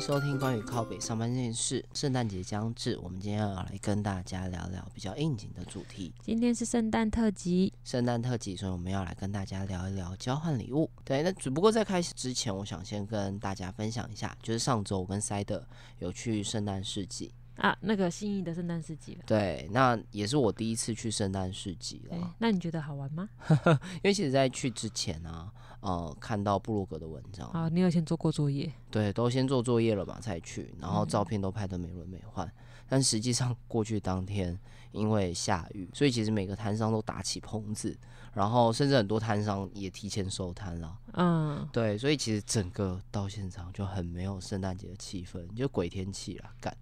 收听关于靠北上班这件事。圣诞节将至，我们今天要来跟大家聊聊比较应景的主题今天是圣诞特辑， ——圣诞特辑，所以我们要来跟大家聊一聊交换礼物。对，那只不过在开始之前，我想先跟大家分享一下，就是上周我跟塞德有去圣诞市集，啊，那个心仪的圣诞市集了。对，那也是我第一次去圣诞市集对了。，那你觉得好玩吗？因为其实，在去之前啊，呃，看到布鲁格的文章，啊，你有先做过作业，对，都先做作业了嘛，才去，然后嗯照片都拍得美轮美奂。但实际上过去当天，因为下雨，所以其实每个摊商都打起棚子，然后甚至很多摊商也提前收摊了。 嗯，对，所以其实整个到现场就很没有圣诞节的气氛，就鬼天气啦，干。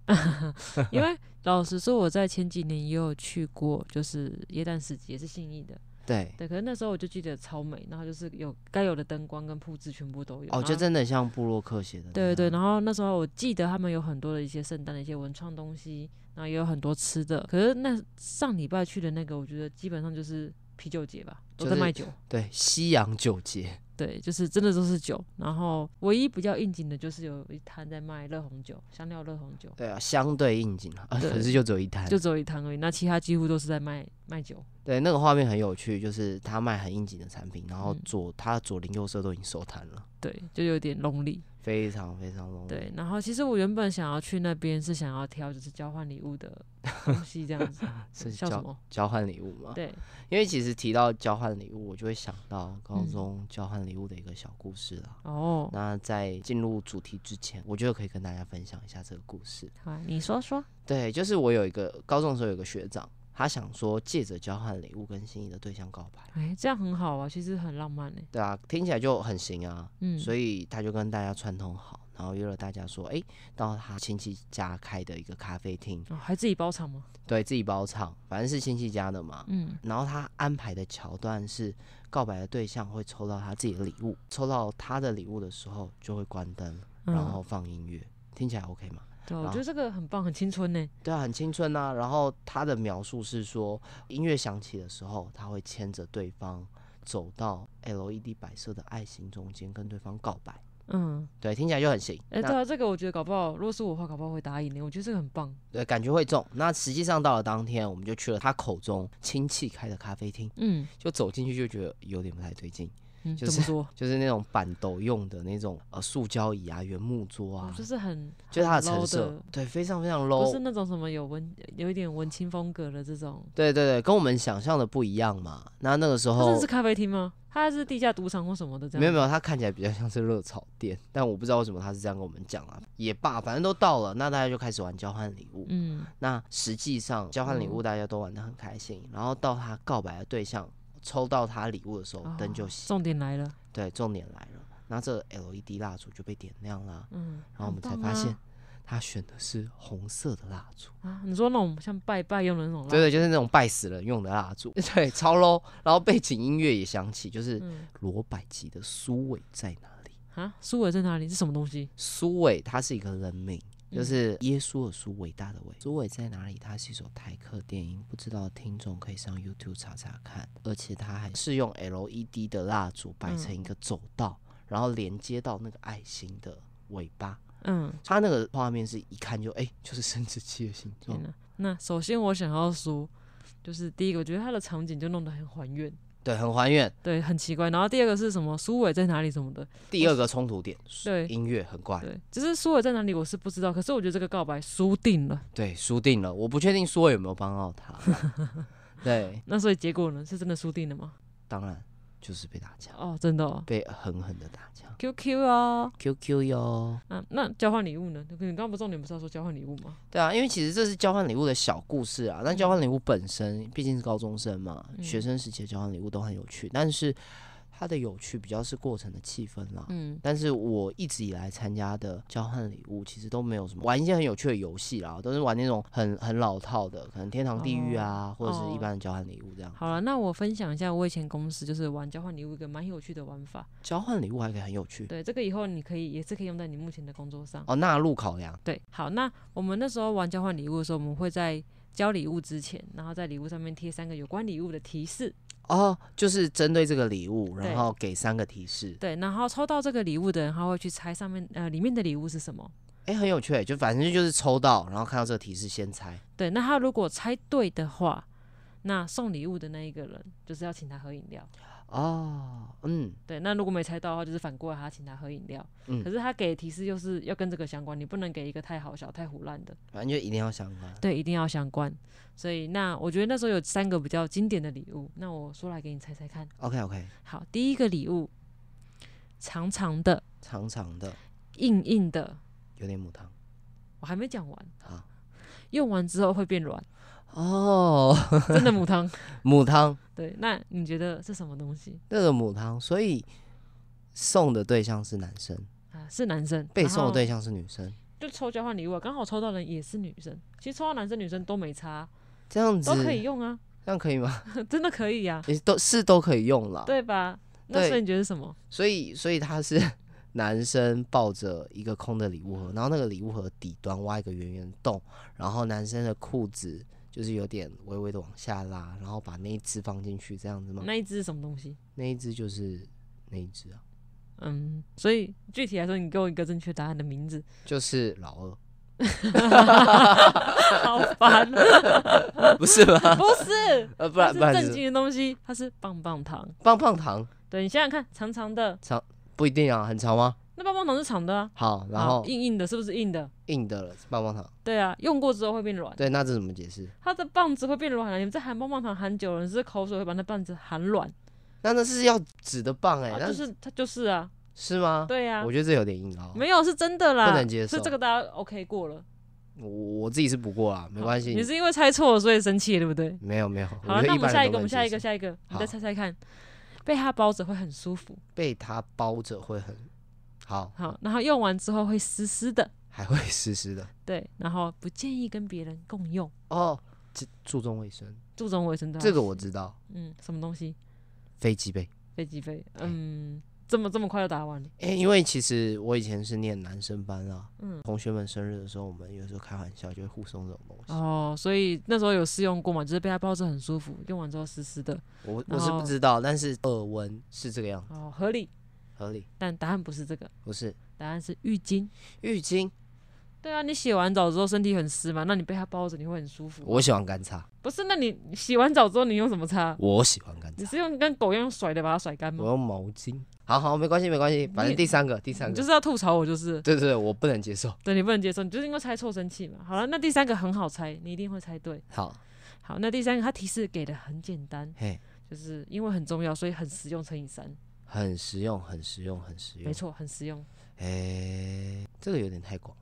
因为老实说，我在前几年也有去过，就是耶诞市集，也是信义的。对，对，可是那时候我就记得超美，然后就是有该有的灯光跟布置全部都有。哦，然后就真的像布洛克写的那啊对对对，样然后那时候我记得他们有很多的一些圣诞的一些文创东西，然后也有很多吃的。可是那上礼拜去的那个，我觉得基本上就是啤酒节吧，都就在是卖酒。对西洋酒节，对，就是真的都是酒。然后唯一比较应景的就是有一摊在卖热红酒，香料热红酒，对啊，相对应景啊，对可是就只有一摊，就只有一摊而已。那其他几乎都是在卖卖酒。对，那个画面很有趣，就是他卖很应景的产品，然后嗯左、他左邻右舍都已经收摊了，对，就有点 lonely。非常非常 l 对，然后其实我原本想要去那边是想要挑就是交换礼物的东西这样子， 是笑什交么？交换礼物嘛。对，因为其实提到交换礼物，我就会想到高中交换礼物的一个小故事啦。哦，那在进入主题之前，我觉得可以跟大家分享一下这个故事。好，啊你说说。对，就是我有一个高中的时候有一个学长，他想说借着交换礼物跟心仪的对象告白。哎，这样很好啊，其实很浪漫呢。对啊，听起来就很行啊。嗯，所以以他就跟大家串通好，然后约了大家说，哎、到他亲戚家开的一个咖啡厅，哦，还自己包场吗？对自己包场，反正是亲戚家的嘛。嗯，然后他安排的桥段是，告白的对象会抽到他自己的礼物，抽到他的礼物的时候就会关灯，嗯然后放音乐，听起来 OK 吗？对啊，我然觉得这个很棒，很青春欸呢。对啊，很青春啊。然后他的描述是说，音乐响起的时候，他会牵着对方走到 E LED 白色的爱心中间，跟对方告白。嗯，对，听起来就很行。哎、那对啊，这个我觉得搞不好，如果是我的话，搞不好会答应呢。我觉得这个很棒。对，感觉会中。那实际上到了当天，我们就去了他口中亲戚开的咖啡厅，嗯，就走进去就觉得有点不太对劲，嗯就怎么说？就是那种板斗用的那种呃塑胶椅啊、原木桌哦啊，就是很，就是它的很陈 low 设的，对，非常非常不是 low。那种什么有文，有一点文青风格的这种。对对对，跟我们想象的不一样嘛。那那个时它真候的是咖啡厅吗？它是地下赌场或什么的这哦样？没有没有，它看起来比较像是热炒店，但我不知道为什么他是这样跟我们讲啊。也罢，反正都到了，那大家就开始玩交换礼物。嗯，那实际上交换礼物大家都玩得很开心，然后到他告白的对象抽到他礼物的时候，灯、就哦熄。重点来了，对，重点来了，那这个 LED 蜡烛就被点亮啦，嗯，然后我们才很棒发啊现他选的是红色的蜡烛，啊，你说那种像拜拜用的那种蜡，对，对，就是那种拜死人用的蜡 烛，对，超 low。然后背景音乐也响起，就是嗯，罗百吉的《苏伟在哪里》。啊，苏伟在哪里？是什么东西？苏伟他是一个人名，就嗯是耶稣的苏，伟大的伟。苏伟在哪里？它是一首台客电影，不知道的听众可以上 YouTube 查查看。而且它还是用 LED 的蜡烛嗯摆成一个走道，然后连接到那个爱心的尾巴。嗯，它那个画面是一看就哎、就是生殖器的形状天。哪！那首先我想要说，就是第一个，我觉得它的场景就弄得很还原，对，很还原。对，很奇怪。然后第二个是什么？苏伟在哪里什么的，第二个冲突点，哦对音乐很怪。对，只是苏伟在哪里我是不知道，可是我觉得这个告白输定了。对，输定了。我不确定苏伟有没有帮到他。 对，那所以结果呢？是真的输定了吗？当然就是被打枪，哦，真的哦。被狠狠的打枪。 QQ 啊， QQ 哟。啊，那交换礼物呢？你刚刚不重点不是要说交换礼物吗？对啊，因为其实这是交换礼物的小故事啊。但交换礼物本身毕竟是高中生嘛，嗯学生时期的交换礼物都很有趣，但是它的有趣比较是过程的气氛啦。嗯，但是我一直以来参加的交换礼物，其实都没有什么玩一些很有趣的游戏啦，都是玩那种很很老套的，可能天堂地狱啊，或者是一哦般的交换礼物这样。好啊了，那我分享一下我以前公司就是玩交换礼物一个蛮有趣的玩法。交换礼物还可以很有趣对，这个以后你可以也是可以用在你目前的工作上。哦，纳入考量。对，好，那我们那时候玩交换礼物的时候，我们会在交礼物之前，然后在礼物上面贴三个有关礼物的提示。哦，就是针对这个礼物，然对后给三个提示。对，然后抽到这个礼物的人，他会去猜上面呃里面的礼物是什么。哎、哎、很有趣、就反正就是抽到，然后看到这个提示先猜。对，那他如果猜对的话，那送礼物的那一个人就是要请他喝饮料。哦，嗯，对，那如果没猜到的话，就是反过来他请他喝饮料。嗯可是他给的提示又是要跟这个相关，你不能给一个太好笑、太胡乱的。反正就一定要相关。对，一定要相关。所以那我觉得那时候有三个比较经典的礼物，那我说来给你猜猜看。 OK OK，好，第一个礼物，长长的、长长的，硬硬的，有点母汤。我还没讲完，好，用完之后会变软，哦，真的母汤。 母汤，对，那你觉得是什么东西那个母汤，所以送的对象是男生，啊？是男 生被然送的后对象是女生，就抽交换礼物、啊，刚好抽到人也是女生。其实抽到男生女生都没差，这样子都可以用啊， 这样可以吗？ 真的可以呀、也都嗯是都可以用啦。，对吧？那对所以你觉得是什么？所以所以他是男生抱着一个空的礼物盒，然后那个礼物盒底端挖一个圆圆洞，然后男生的裤子就是有点微微的往下拉，然后把那一只放进去，这样子吗？那一只是什么东西？那一只就是那一只啊，嗯，所以具体来说，你给我一个正确答案的名 字，就是老二。好烦、啊不是吧？ 不是，呃， 不它然是不然正就是经的东西，它是棒棒糖。棒棒糖对你想想看，长长的，不一定啊，很长吗？那棒棒糖是长的啊，好，然好后硬硬的，是不是硬的？硬的了棒棒糖，对啊，用过之后会变软，对，那这怎么解释？它的棒子会变软啊。你们在含棒棒糖含久了，你是口水会把那棒子含软，那那是要纸的棒哎、啊那就是是它就是啊，是吗？对啊我，觉得这有点硬凹，没有是真的啦，哦不能接受是这个大家 OK 过了，我我自己是不过啊，没关系好你，是因为猜错了所以生气，对不对？没有没有。好觉了，得那我般人们下一都个，我能们下一接个，受下一个，你好再猜猜看，被它包着会很舒服，被它包着会很好，好，然后用完之后会湿湿的，还会湿湿的对，然后不建议跟别人共用，哦。这注重卫生，注重卫生的。这个我知道。嗯，什么东西？飞机杯，飞机杯。嗯，这么这么快就答完了。哎、因为其实我以前是念男生班啊，嗯，同学们生日的时候，我们有时候开玩笑就会互送这种东西。哦，所以那时候有试用过嘛，就是被它包着很舒服，用完之后湿湿的，我我然是不后知道，但是耳温是这个样，哦，合理。合理但答案不是这个，不是答案是浴巾。浴巾。对啊，你洗完澡之后身体很湿嘛，那你被它包着你会很舒服。我喜欢干擦，不是，那你洗完澡之后你用什么擦？我喜欢干你擦，是用跟狗一样用甩的把它甩干我吗？用毛巾。好好，没关系没关系，反正第三个第三你个，就是要吐槽我，就是对对对，我不能接受。对你不能接受，你就是因为猜错生气嘛。好了，那第三个很好猜，你一定会猜对。好，好，那第三个，它提示给的很简单，嘿，就是因为很重要，所以很实用乘以三，很实用，很实用，很实用。没，错，很实用，哎，这个有点太广，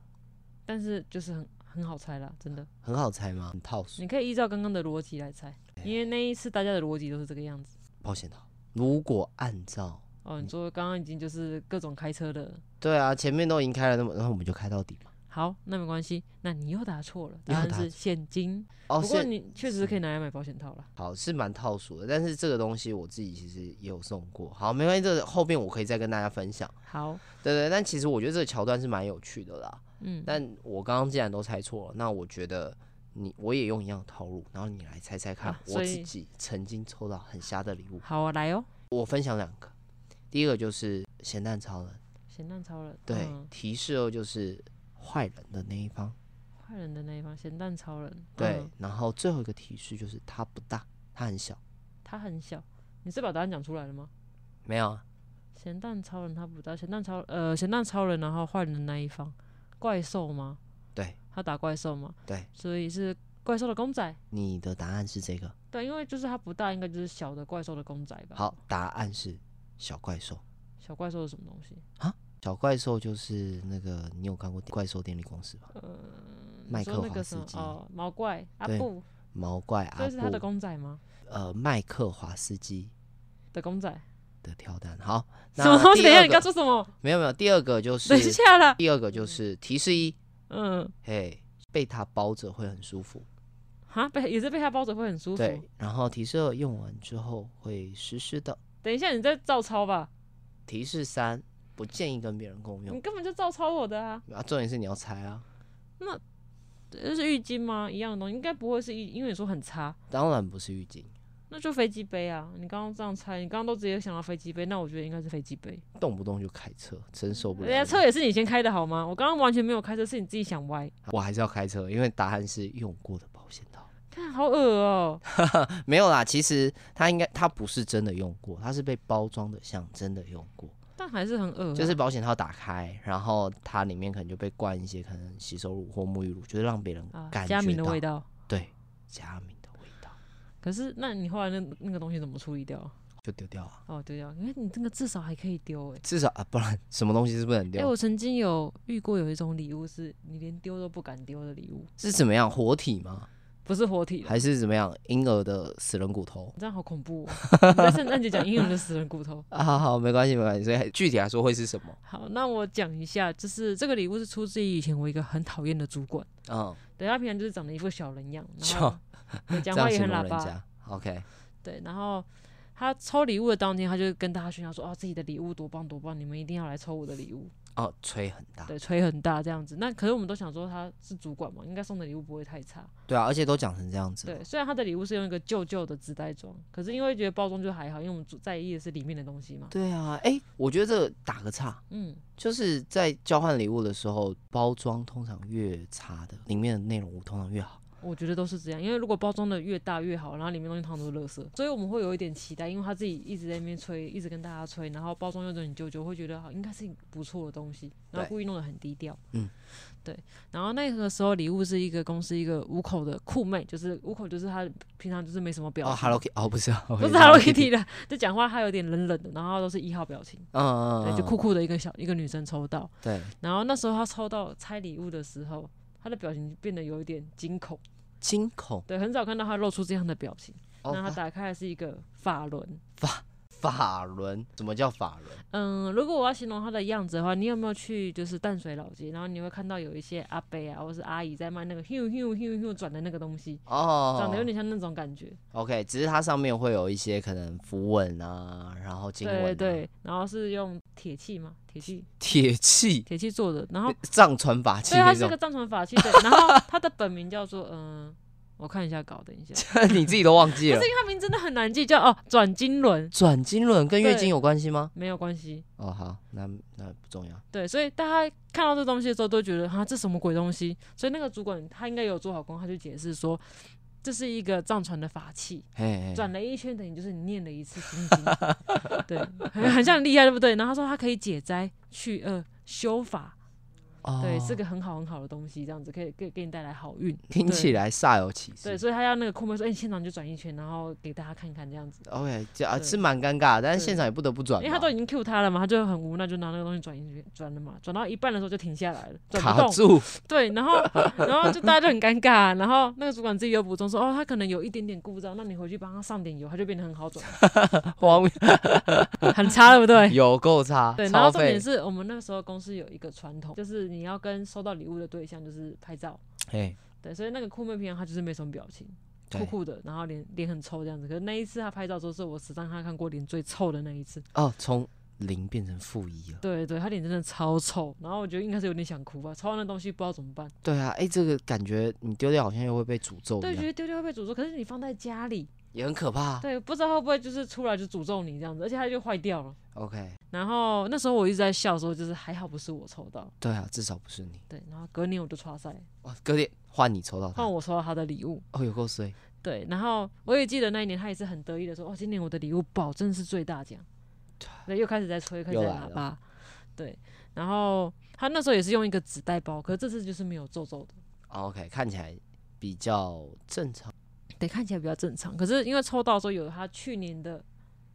但是就是很很好猜啦，真的，很好猜吗？很套数，你可以依照刚刚的逻辑来猜，因为那一次大家的逻辑都是这个样子。保险套。如果按照，哦，你说刚刚已经就是各种开车的，对啊，前面都已经开了那么，然后我们就开到底嘛。好，那没关系，那你又答错了，又答案答是现金，哦，不过是你确实可以拿来买保险套啦。好是蛮套数的，但是这个东西我自己其实也有送过。好，没关系，这个后面我可以再跟大家分享。好，对对，但其实我觉得这个桥段是蛮有趣的啦。嗯，但我刚刚既然都猜错了，那我觉得你我也用一样的套路，然后你来猜猜看，啊我所自以己曾经抽到很瞎的礼物。好啊，来哦，我分享两个，第一个就是咸蛋超人，咸蛋超人，对，嗯提示哦就是坏人的那一方，坏人的那一方，咸蛋超人，对，嗯然后最后一个提示就是它不大，它很小，他很小，你是把答案讲出来了吗？没有啊，咸蛋超人他不到，咸蛋超呃咸蛋超人，然后坏人的那一方，怪兽吗？对他打怪兽吗？对，所以是怪兽的公仔。你的答案是这个，对，因为就是他不大，应该就是小的怪兽的公仔吧。，好，答案是小怪兽。小怪兽是什么东西？小怪兽就是那个，你有看过《怪兽电力公司》吧？嗯，麦你说克那华个什斯么基，哦，毛怪阿对啊布，毛怪阿所以是他的布，公仔吗？呃，麦克华斯基的公仔？的跳蛋。好，什么那东西？第等一下，二你刚个说什么？没有没有，第二个就是等一下啦。第二个就是提示一，嗯，嘿，被它包着会很舒服。哈，被也是被他包着会很舒服。对，然后提示二用完之后会湿湿的。等一下，你在照抄吧？提示三不建议跟别人共你用。根本就照抄我的啊！啊，重点是你要猜啊，这是浴巾吗？一样的东西，应该不会是浴，因为你说很差。当然不是浴巾，那就飞机杯啊！你刚刚这样猜，你刚刚都直接想到飞机杯，那我觉得应该是飞机杯。动不动就开车，真受不了人家了。车也是你先开的好吗？我刚刚完全没有开车，是你自己想歪。我还是要开车，因为答案是用过的保险套。看，好恶哦、没有啦，其实它应该它不是真的用过，它是被包装的像真的用过，但还是很恶啊、就是保险套打开，然后它里面可能就被灌一些可能洗手乳或沐浴乳，就是让别人啊，感觉到、加敏的味道。对加敏的味道可是，那你后来那那个东西怎么处理掉？就丢掉啊，哦，对掉，因为你这个至少还可以丢哎、欸。至少啊，不然 什么东西是不能哎、丢？我曾经有遇过有一种礼物是你连丢都不敢丢的礼物，是怎么样活体吗？不是活体的，还是怎么样婴儿的死人骨头？这样好恐怖、哦！你在圣诞节讲婴儿的死人骨头。啊，好好，没关系，没关系。所以具体来说会是什么？好，那我讲一下，就是这个礼物是出自于以前我一个很讨厌的主管，嗯，对他平常就是长得一副小人样，然后小对这讲话样也形很容喇人叭，家。OK，对，然后他抽礼物的当天，他就跟大家炫耀说：“哦，自己的礼物多棒多棒，你们一定要来抽我的礼物。哦，吹很大，对，吹很大这样子。那可是我们都想说他是主管嘛，应该送的礼物不会太差。对啊，而且都讲成这样子了，对，虽然他的礼物是用一个旧旧的纸袋装，可是因为觉得包装就还好，因为我们主在意的是里面的东西嘛。对啊，哎、我觉得这个打个岔，嗯，就是在交换礼物的时候，包装通常越差的，里面的内容物通常越好。我觉得都是这样，因为如果包装的越大越好，然后里面东西通常都是垃圾，所以我们会有一点期待，因为他自己一直在那边吹，一直跟大家吹，然后包装又很旧旧，会觉得好应该是不错的东西，然后对故意弄得很低调。嗯，对。然后那个时候礼物是一个公司一个五口的酷妹，就是五口就是她平常就是没什么表哦情。 ，Hello Kitty，哦，不是啊，不是 OK， Hello Kitty 的，就讲话她有点冷冷的，然后都是一号表情，嗯嗯，对，嗯就酷，酷的一个小一个女生抽到，对，然后那时候她抽到拆礼物的时候，她的表情变得有一点惊恐，惊恐，对，很少看到她露出这样的表情。哦，那她法打开的是一个法轮，法轮，怎么叫法轮？嗯，如果我要形容她的样子的话，你有没有去就是淡水老街，然后你会看到有一些阿伯啊或是阿姨在卖那个 hu hu hu hu 转的那个东西，哦，长得有点像那种感觉， OK，只是它上面会有一些可能符文啊，然后经文、啊，对对，然后是用铁器嘛，铁器铁器、铁器做的，然后藏传法器对，它那是个种，藏传法器。对，然后它的本名叫做嗯、我看一下稿，等一下，你自己都忘记了。它名真的很难记，叫哦转经轮，转经轮跟月对经有关系吗？没有关系。哦，好，那那不重要。对，所以大家看到这东西的时候都觉得哈这什么鬼东西，所以那个主管他应该有做好功课，他就解释说。这是一个藏传的法器，嘿嘿，转了一圈等于就是你念了一次心经，对，很很像很厉害，对不对？然后他说它可以解灾去恶、修法，哦对，是个很好很好的东西，这样子可以给给你带来好运。听起来煞有其对，事。所以他要那个酷妹说：“哎、你现场就转一圈，然后给大家看看这样子。 OK，这啊对是蛮尴尬的，但是对现场也不得不”转因吧，为他都已经 Q 他了嘛，他就很无奈，就拿那个东西转一圈，转了嘛，转到一半的时候就停下来了，转不卡动。住。对，然后 然后就大家就很尴尬，然后那个主管自己又补充说：“哦，他可能有一点点故障，那你回去帮他上点油，他就变得很好转，荒谬，很差，对 不对？”有够差，对，然后超重点费。是我们那个时候公司有一个传统，就是你要跟收到礼物的对象就是拍照，哎，对，所以那个酷妹平常她就是没什么表情，酷对酷的，然后脸脸很臭这样子。可是那一次她拍照的时候，是我史上她看过脸最臭的那一次。哦，从零变成负一了。对对，她脸真的超臭，然后我觉得应该是有点想哭吧，抽完那东西不知道怎么办，对啊，哎，这个感觉你丢掉好像又会被诅咒对，一觉样，得丢掉会被诅咒，可是你放在家里，也很可怕。啊对，不知道会不会就是出来就诅咒你这样子，而且它就坏掉了。 OK，然后那时候我一直在笑说，就是还好不是我抽到，对啊，至少不是你。对，然后隔年我就刷赛，哇，哥弟，换你抽到它换，我抽到她的礼物，哦，有够衰。对，然后我也记得那一年她也是很得意的说，哦，今年我的礼物保证是最大奖，对，又开始在吹，开始又在来喇了叭，对，然后她那时候也是用一个纸袋包，可是这次就是没有皱皱的，哦 OK，看起来比较正常。对，看起来比较正常，可是因为抽到的时候有她去年的。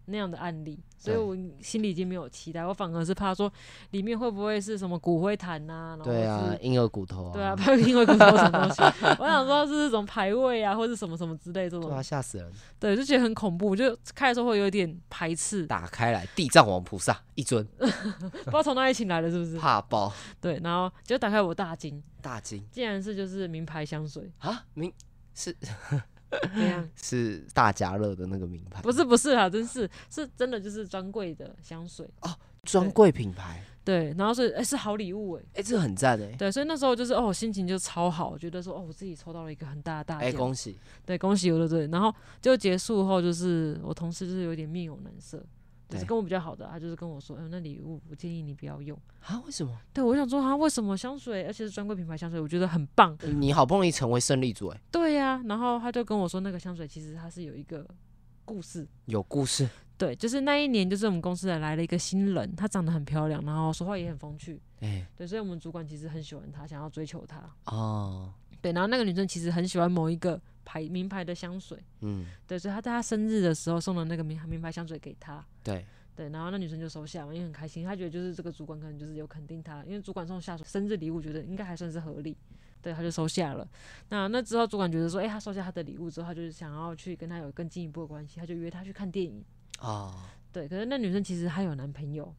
那样的案例，所以对我心里已经没有期待，我反而是怕说里面会不会是什么骨灰坛呐、然后对是啊，婴儿骨头啊。对啊，，排因为骨头什么东西， 我想说是这种排位啊，或者什么什么之类这对种，啊，吓死人！对，就觉得很恐怖，就开的时候会有点排斥，打开来，地藏王菩萨一尊，不知道从哪里请来的，是不是？怕爆对，然后就打开我大惊，大惊竟然是就是名牌香水，啊！名是怎 样？是大家乐的那个名牌，不是不是啊，真是是真的就是专柜的香水，专柜品牌，对，然后是哎、是好礼物哎、哎、这很赞哎、对，所以那时候就是哦，心情就超好，觉得说哦，我自己抽到了一个很大的大哎、奖，恭喜！对，恭喜我的对。然后就结束后，就是我同事就是有点面有难色，就是对跟我比较好的，他就是跟我说，嗯、那礼物我建议你不要用。啊，为什么？对，我想说他、啊为什么香水，而且是专柜品牌香水，我觉得很棒。呃你好不容易成为胜利组哎、对呀、然后他就跟我说，那个香水其实它是有一个故事。有故事，对，就是那一年，就是我们公司来了一个新人，她长得很漂亮，然后说话也很风趣，哎、对，所以我们主管其实很喜欢她，想要追求她。哦，对，然后那个女生其实很喜欢某一个牌名牌的香水，嗯，对，所以她在她生日的时候送了那个名名牌香水给她，对，对，然后那女生就收下嘛，因为很开心，她觉得就是这个主管可能就是有肯定她，因为主管送下属生日礼物，觉得应该还算是合理，对，她就收下了。那那之后主管觉得说，诶，她收下她的礼物之后，她就是想要去跟她有更进一步的关系，她就约她去看电影。哦，对，可是那女生其实她有男朋友，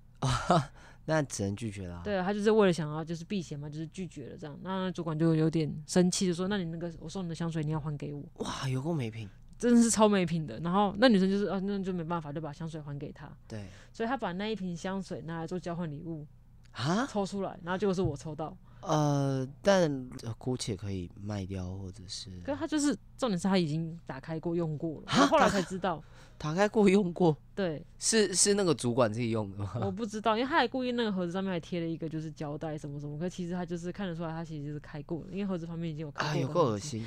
那只能拒绝啦。，对，她就是为了想要就是避嫌嘛，就是拒绝了这样。那主管就有点生气，就说：“那你那个我送你的香水你要还给我。”哇，有够没品。真的是超没品的。然后那女生就是啊，那就没办法，就把香水还给他，对所以他把那一瓶香水拿来做交换礼物，啊， 抽出来，然后结果是我抽到。呃，但呃姑且可以卖掉，或者是可是他就是重点是他已经打开过用过了，哈我后来才知道，打开过用过，对，是是那个主管自己用的吗？我不知道，因为他还故意那个盒子上面还贴了一个就是胶带什么什么，可其实他就是看得出来他其实是开过的，因为盒子旁边已经有开过啊，的有够东恶西。心。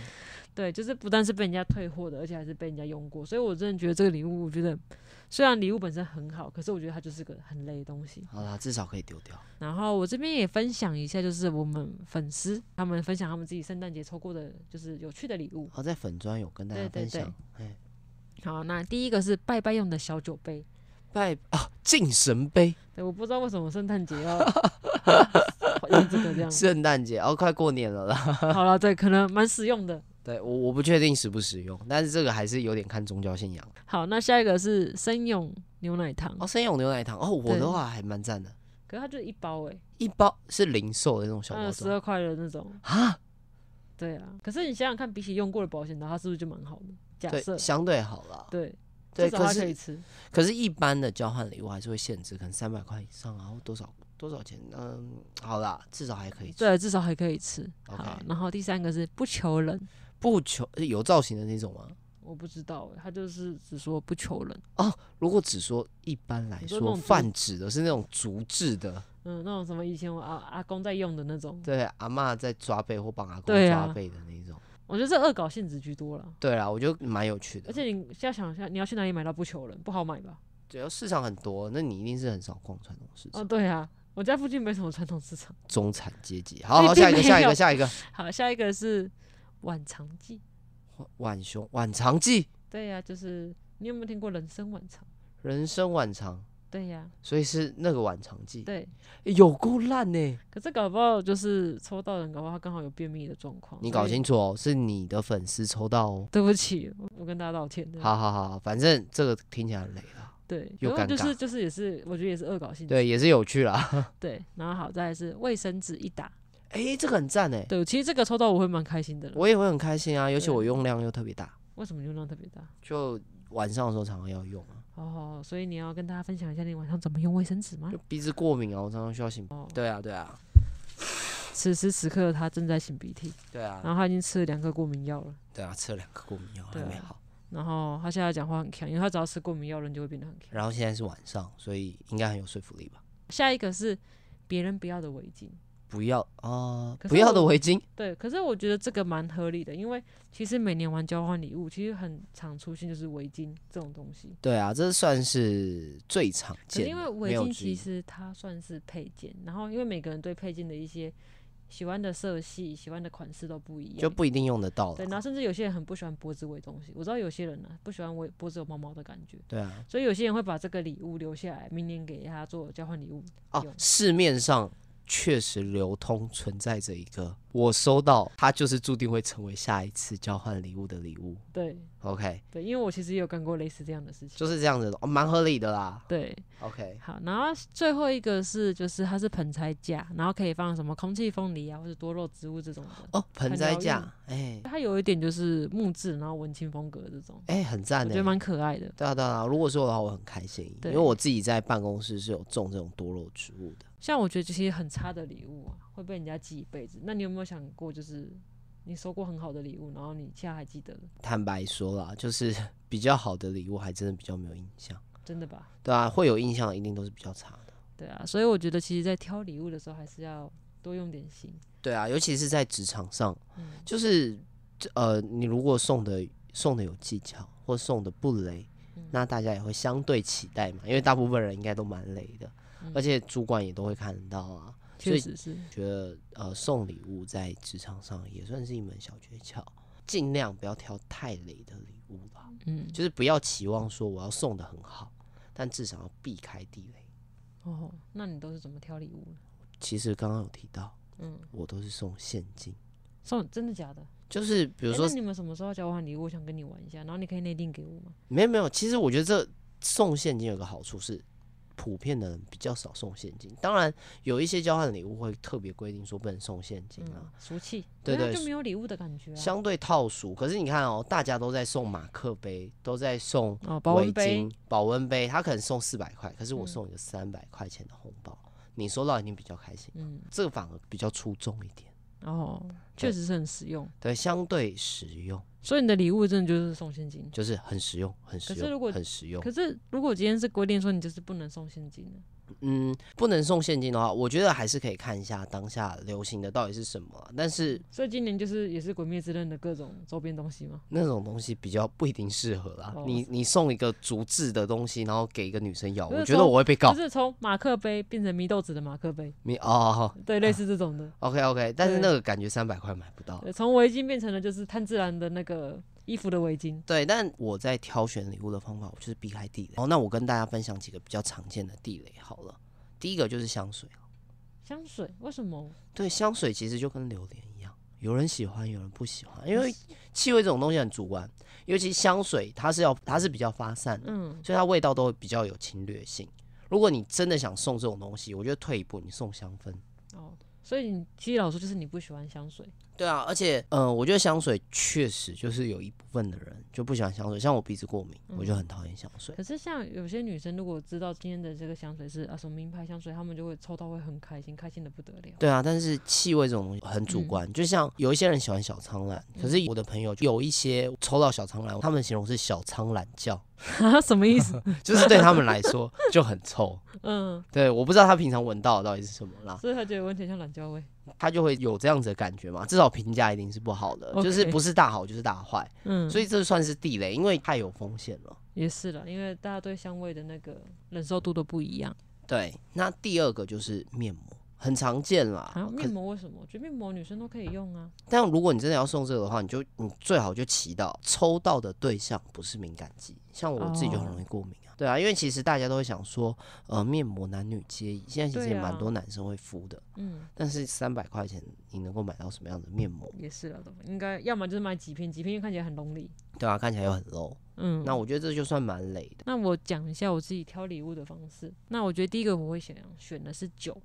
对，就是不但是被人家退货的，而且还是被人家用过，所以我真的觉得这个礼物，我觉得虽然礼物本身很好，可是我觉得它就是个很累的东西。好啦，至少可以丢掉。然后我这边也分享一下，就是我们粉丝他们分享他们自己圣诞节抽过的，就是有趣的礼物。好，在粉砖有跟大家对对分对享，哎，好，那第一个是拜拜用的小酒杯。拜啊，敬神杯，对，我不知道为什么圣诞节 要用这个这样。圣诞节哦，快过年了啦。 好了，对，可能蛮实用的。对我我不确定实不实用，但是这个还是有点看宗教信仰。好，那下一个是生勇牛奶糖，哦，生用牛奶糖哦，我嗯对的话还蛮赞的，可是它就一包哎、一包是零售的那种小欸，包二十装二块的那种。啊，对啊，可是你想想看，比起用过的保险套，它是不是就蛮好的？假对，设相对好啦。对，对，至少可它可以是吃。可是，一般的交换礼物还是会限制，可能三百块以上啊，或多少多少钱？嗯，好啦，至少还可以吃。对，至少还可以吃。好 OK，然后第三个是不求人。不求有造型的那种吗？我不知道欸、他就是只说不求人，如果只说一般来你说那说，种竹泛指的是那种竹制的，嗯，那种什么以前我阿阿公在用的那种，对，阿嬷在抓背或帮阿公对啊抓背的那种。我觉得这恶搞性质居多了。对啦，我觉得蛮有趣的。而且你现在想一下，你要去哪里买到不求人？不好买吧？只要市场很多，那你一定是很少逛传统市哦，场，对啊，我家附近没什么传统市场。中产阶级。好一好，定下一个，没下一有个，下一个。好，下一个是晚肠记。晚熊晚长记，对呀、就是你有没有听过人参晚嗯肠？人生晚长，对呀、所以是那个晚长记，对。欸有够烂呢！可是搞不好就是抽到人，搞不好他刚好有便秘的状况。你搞所以清楚哦，是你的粉丝抽到哦。对不起，我我跟大家道歉。对好好好，反正这个听起来很累了，对，又然后尴就尬是就是也是，我觉得也是恶搞性质。对，也是有趣 啦。对，然后好再来是卫生纸一打。哎，这个很赞哎，对，其实这个抽到我会蛮开心的啦。我也会很开心啊，尤其对我用量又特别大，为什么流量特别大？就晚上的时候常常要用啊，哦，所以你要跟大家分享一下你晚上怎么用卫生纸吗就？鼻子过敏啊，我常常需要擤。嗯哦，对啊，对啊，此时此刻他正在擤鼻涕，对啊，然后他已经吃了两颗过敏药了，对啊，吃了两个过敏药还对啊没好，然后他现在讲话很强，因为他只要吃过敏药，人就会变得很强。然后现在是晚上，所以应该很有说服力吧？下一个是别人不要的围巾，不要啊，可是不要的我围巾，对，可是我觉得这个蛮合理的，因为其实每年玩交换礼物，其实很常出现就是围巾这种东西。对啊，这算是最常可见是的，因为没围有巾之其一实它算是配件，然后因为每个人对配件的一些喜欢的色系、喜欢的款式都不一样，就不一定用得到对，然了。后甚至有些人很不喜欢脖子围东西，我知道有些人呢、不喜欢围脖子有毛毛的感觉，对啊，所以有些人会把这个礼物留下来，明年给他做交换礼物。哦有，市面上确实流通存在着一个我收到，它就是注定会成为下一次交换礼物的礼物。对 OK，对，因为我其实也有干过类似这样的事情。就是这样子的，哦，蛮合理的啦。对， OK，好，然后最后一个是就是它是盆栽架，然后可以放什么空气凤梨啊，或者多肉植物这种的。哦，盆栽很疗架，哎它有一点就是木质，然后文青风格这种，哎、很我赞觉的得。蛮可爱的。对啊对啊，如果是我的话，我很开心，因对为我自己在办公室是有种这种多肉植物的。像我觉得这些很差的礼物啊，会被人家记一辈子。那你有没有想过，就是你收过很好的礼物，然后你现在还记得的，坦白说啦，就是 比较好的礼物，还真的比较没有印象。真的吧？对啊，会有印象的一定都是比较差的。对啊，所以我觉得其实，在挑礼物的时候，还是要多用点心。对啊，尤其是在职场上，嗯，就是呃，你如果送的送的有技巧，或送的不雷，嗯那大家也会相对期待嘛，因为大部分人应该都蛮雷的，嗯而且主管也都会看到啊。所确以实是，觉得呃，送礼物在职场上也算是一门小诀窍，尽量不要挑太雷的礼物吧，嗯，就是不要期望说我要送的很好，但至少要避开地雷。哦，那你都是怎么挑礼物呢？其实刚刚有提到，嗯，我都是送现金，送真的假的？就是比比嗯如说那你们什么时候要交换礼物？我想跟你玩一下，然后你可以内定给我吗？没有没有，其实我觉得这送现金有个好处是，普遍的人比较少送现金。当然，有一些交换礼物会特别规定说不能送现金啊，嗯，俗气，对没有对就没有礼物的感觉啊。相对套数。可是你看哦，大家都在送马克杯，都在送哦，保围温杯巾、保温杯，他可能送四百块，可是我嗯送一个三百块钱的红包，你收到一定比较开心，嗯，这个反而比较出众一点，哦，对确实是很实用。对，相对实用，所以你的礼物真的就是送现金。就是很实用，很实可是用，如果很实用。可是如果今天是规定说你就是不能送现金的，嗯，不能送现金的话，我觉得还是可以看一下当下流行的到底是什么啊。但是所以今年就是也是《鬼灭之刃》的各种周边东西嘛。那种东西比较不一定适合啦。哦你你送一个竹制的东西，然后给一个女生咬，不是我觉得说我会被告就。是从马克杯变成米豆子的马克杯，你哦对，类似这种的。 ，OK OK，但是对那个感觉三百块买不到。对，从围巾变成了就是炭治郎的那个衣服的围巾。对，但我在挑选礼物的方法，我就是避开地雷。哦，那我跟大家分享几个比较常见的地雷好了。第一个就是香水，香水为什么？对，香水其实就跟榴莲一样，有人喜欢，有人不喜欢，因为气味这种东西很主观，尤其香水它是要它是比较发散的，嗯，所以它味道都会比较有侵略性。如果你真的想送这种东西，我觉得退一步，你送香氛。哦，所以你其实老实说就是你不喜欢香水。对啊，而且，嗯、我觉得香水确实就是有一部分的人就不喜欢香水，像我鼻子过敏，我就很讨厌香水。可是像有些女生如果知道今天的这个香水是啊什么名牌香水，她们就会抽到会很开心，开心的不得 了。对啊，但是气味这种东西很主观，就像有一些人喜欢小苍兰，可是我的朋友有一些抽到小苍兰，他们形容是小苍兰叫，啊，什么意思？就是对他们来说就很臭。 嗯，对，我不知道他平常闻到的到底是什么啦，所以她觉得闻起来像懒胶味。他就会有这样子的感觉嘛。至少评价一定是不好的 OK 就是不是大好就是大坏，嗯，所以以这算是地雷，因为太有风险了。也是啦，因为大家对香味的那个忍受度都不一样。对，那第二个就是面膜，很常见啦。啊，可面膜为什么？我觉得面膜女生都可以用啊。但如果你真的要送这个的话，你就你最好就祈祷抽到的对象不是敏感肌，像我自己就很容易过敏哦啊。对啊，因为其实大家都会想说，呃，面膜男女皆宜，现在其实对也蛮啊多男生会敷的，嗯，但是三百块钱你能够买到什么样的面膜？也是啦，应该要么就是买几片，几片看起来很浓丽。对啊，看起来又很 low。嗯，那我觉得这就算蛮累的。那我讲一下我自己挑礼物的方式。那我觉得第一个我会选选的是酒，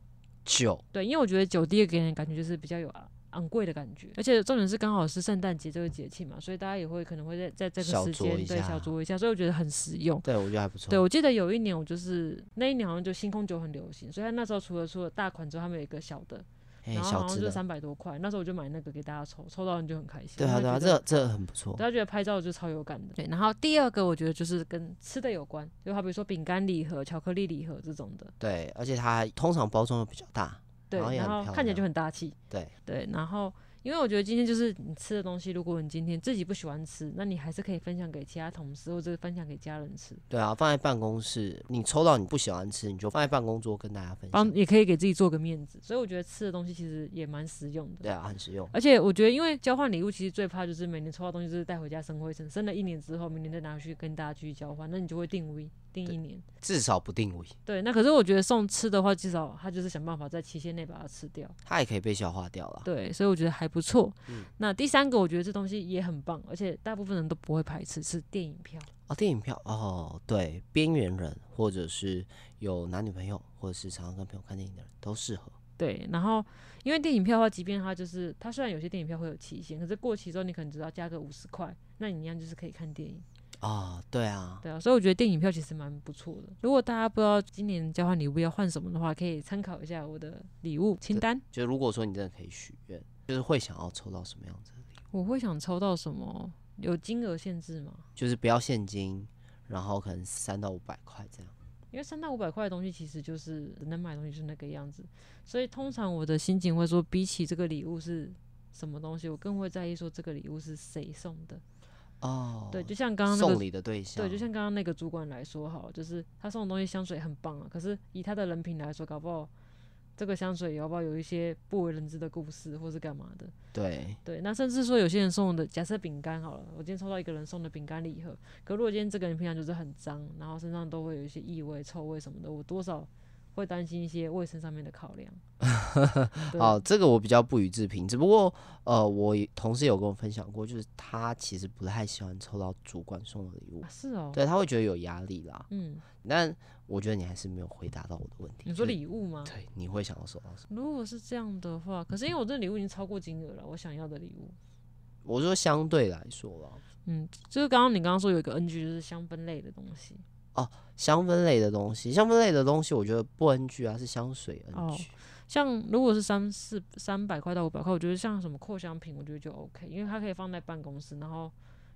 酒，对，因为我觉得酒第一个给人的感觉就是比较有昂昂贵的感觉，而且重点是刚好是圣诞节这个节气嘛，所以大家也会可能会在在这小个时酌一间对下小酌一下，所以我觉得很实用。对我觉得还不错。对，我记得有一年我就是那一年好像就星空酒很流行，所以他那时候除了出了大款之后，他们有一个小的，哎，然后小好像资就的，三百多块，那时候我就买那个给大家抽，抽到人就很开心。对啊，他对啊，觉这得这很不错。大家觉得拍照就超有感的。对，然后第二个我觉得就是跟吃的有关，就好比说饼干礼盒、巧克力礼盒这种的，对，而且它还通常包装的比较大。对，然后也然很后漂看起来亮就很大气，对，对，然后。因为我觉得今天就是你吃的东西，如果你今天自己不喜欢吃，那你还是可以分享给其他同事或者分享给家人吃，对啊，放在办公室，你抽到你不喜欢吃，你就放在办公桌跟大家分帮享。也可以给自己做个面子。所以我觉得吃的东西其实也蛮实用的。对啊，很实用。而且我觉得，因为交换礼物其实最怕就是每年抽到东西就是带回家生灰尘，生了一年之后，明年再拿去跟大家继续交换，那你就会定位。定一年。至少不定位，对，那可是我觉得送吃的话，至少他就是想办法在期限内把它吃掉。它也可以被消化掉了。对，所以我觉得还不错。嗯那第三个，我觉得这东西也很棒，而且大部分人都不会排斥，是电影票。哦，电影票哦，对，边缘人或者是有男女朋友，或者是常常跟朋友看电影的人都适合。对，然后因为电影票的话，即便它就是它虽然有些电影票会有期限，可是过期之后你可能只要加个五十块，那你一样就是可以看电影。哦，对啊，对啊，所以我觉得电影票其实蛮不错的。如果大家不知道今年交换礼物要换什么的话，可以参考一下我的礼物清单。就如果说你真的可以许愿，就是会想要抽到什么样子的礼物，我会想抽到什么？有金额限制吗？就是不要现金，然后可能三到五百块这样。因为三到五百块的东西，其实就是能买的东西就是那个样子，所以通常我的心情会说，比起这个礼物是什么东西，我更会在意说这个礼物是谁送的。哦，对，就像刚刚那送个，礼的对象，对，就像刚刚那个主管来说好了，就是他送的东西香水很棒啊，可是以他的人品来说，搞不好这个香水搞不好有一些不为人知的故事，或是干嘛的。对对，那甚至说有些人送的，假设饼干好了，我今天抽到一个人送的饼干礼盒，可如果今天这个人平常就是很脏，然后身上都会有一些异味、臭味什么的，我多少会担心一些卫生上面的考 量。对哦，这个我比较不予置评，只不过呃，我也同事有跟我分享过，就是他其实不太喜欢抽到主管送的礼物啊，，是哦，对他会觉得有压力啦。嗯，但我觉得你还是没有回答到我的问题。你说就是礼物吗？对，你会想要收到什么？如果是这样的话，可是因为我这礼物已经超过金额了，我想要的礼物，我说相对来说啦，嗯，就是刚刚你刚刚说有一个 NG 就是香氛类的东西，香氛类的东西，香氛类的东西，我觉得不 NG 啊，是香水 NG。哦像如果是三四三百块到五百块，我觉得像什么扩香瓶，我觉得就 OK，因为它可以放在办公室，然后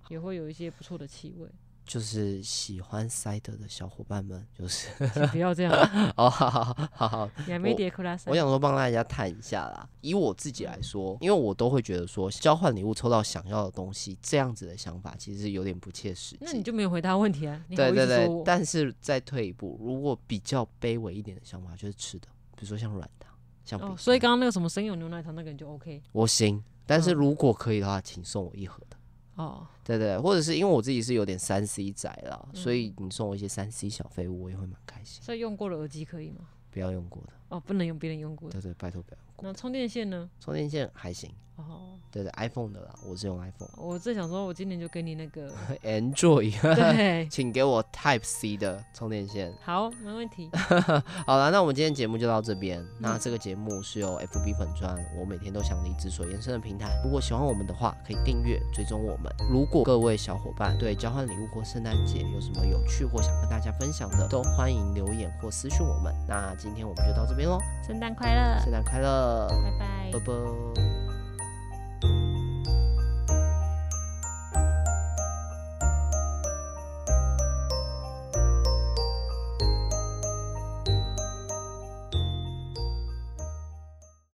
也会有一些不错的气 味。就是喜欢塞德的小伙伴们， 就是请不要 这样，哦，好好好好，你还没叠克拉塞我。想说帮大家探一下啦。以我自己嗯来说，因为我都会觉得说交换礼物抽到想要的东西，这样子的想法其实有点不切实际。那你就没有回答问题啊？你好对意对思对说，我？但是再退一步，如果比较卑微一点的想法，就是吃的，比如说像软糖、像饼干、哦，所以刚刚那个什么生有牛奶糖那个你就 OK 我行，但是嗯如果可以的话，请送我一盒的。哦，对对，或者是因为我自己是有点三 C 宅啦，嗯所以你送我一些三 C 小废物，我也会蛮开心。所以用过了耳机可以吗？不要用过的，哦，不能用别人用过的。对对，拜托不要用过那的。充电线呢？充电线还行，哦，对对，iPhone 的啦，我是用 iPhone。我正想说，我今年就给你那个 Android， 对，请给我 Type C 的充电线。好，没问 题。好了，那我们今天节目就到这边。那这个节目是由 FB 粉砖我每天都想离职所延伸的平台。如果喜欢我们的话，可以订阅追踪我们。如果各位小伙伴对交换礼物或圣诞节有什么有趣或想跟大家分享的，都欢迎留言或私讯我们。那今天我们就到这边喽，圣诞快乐，圣诞快乐，拜拜啵。啵。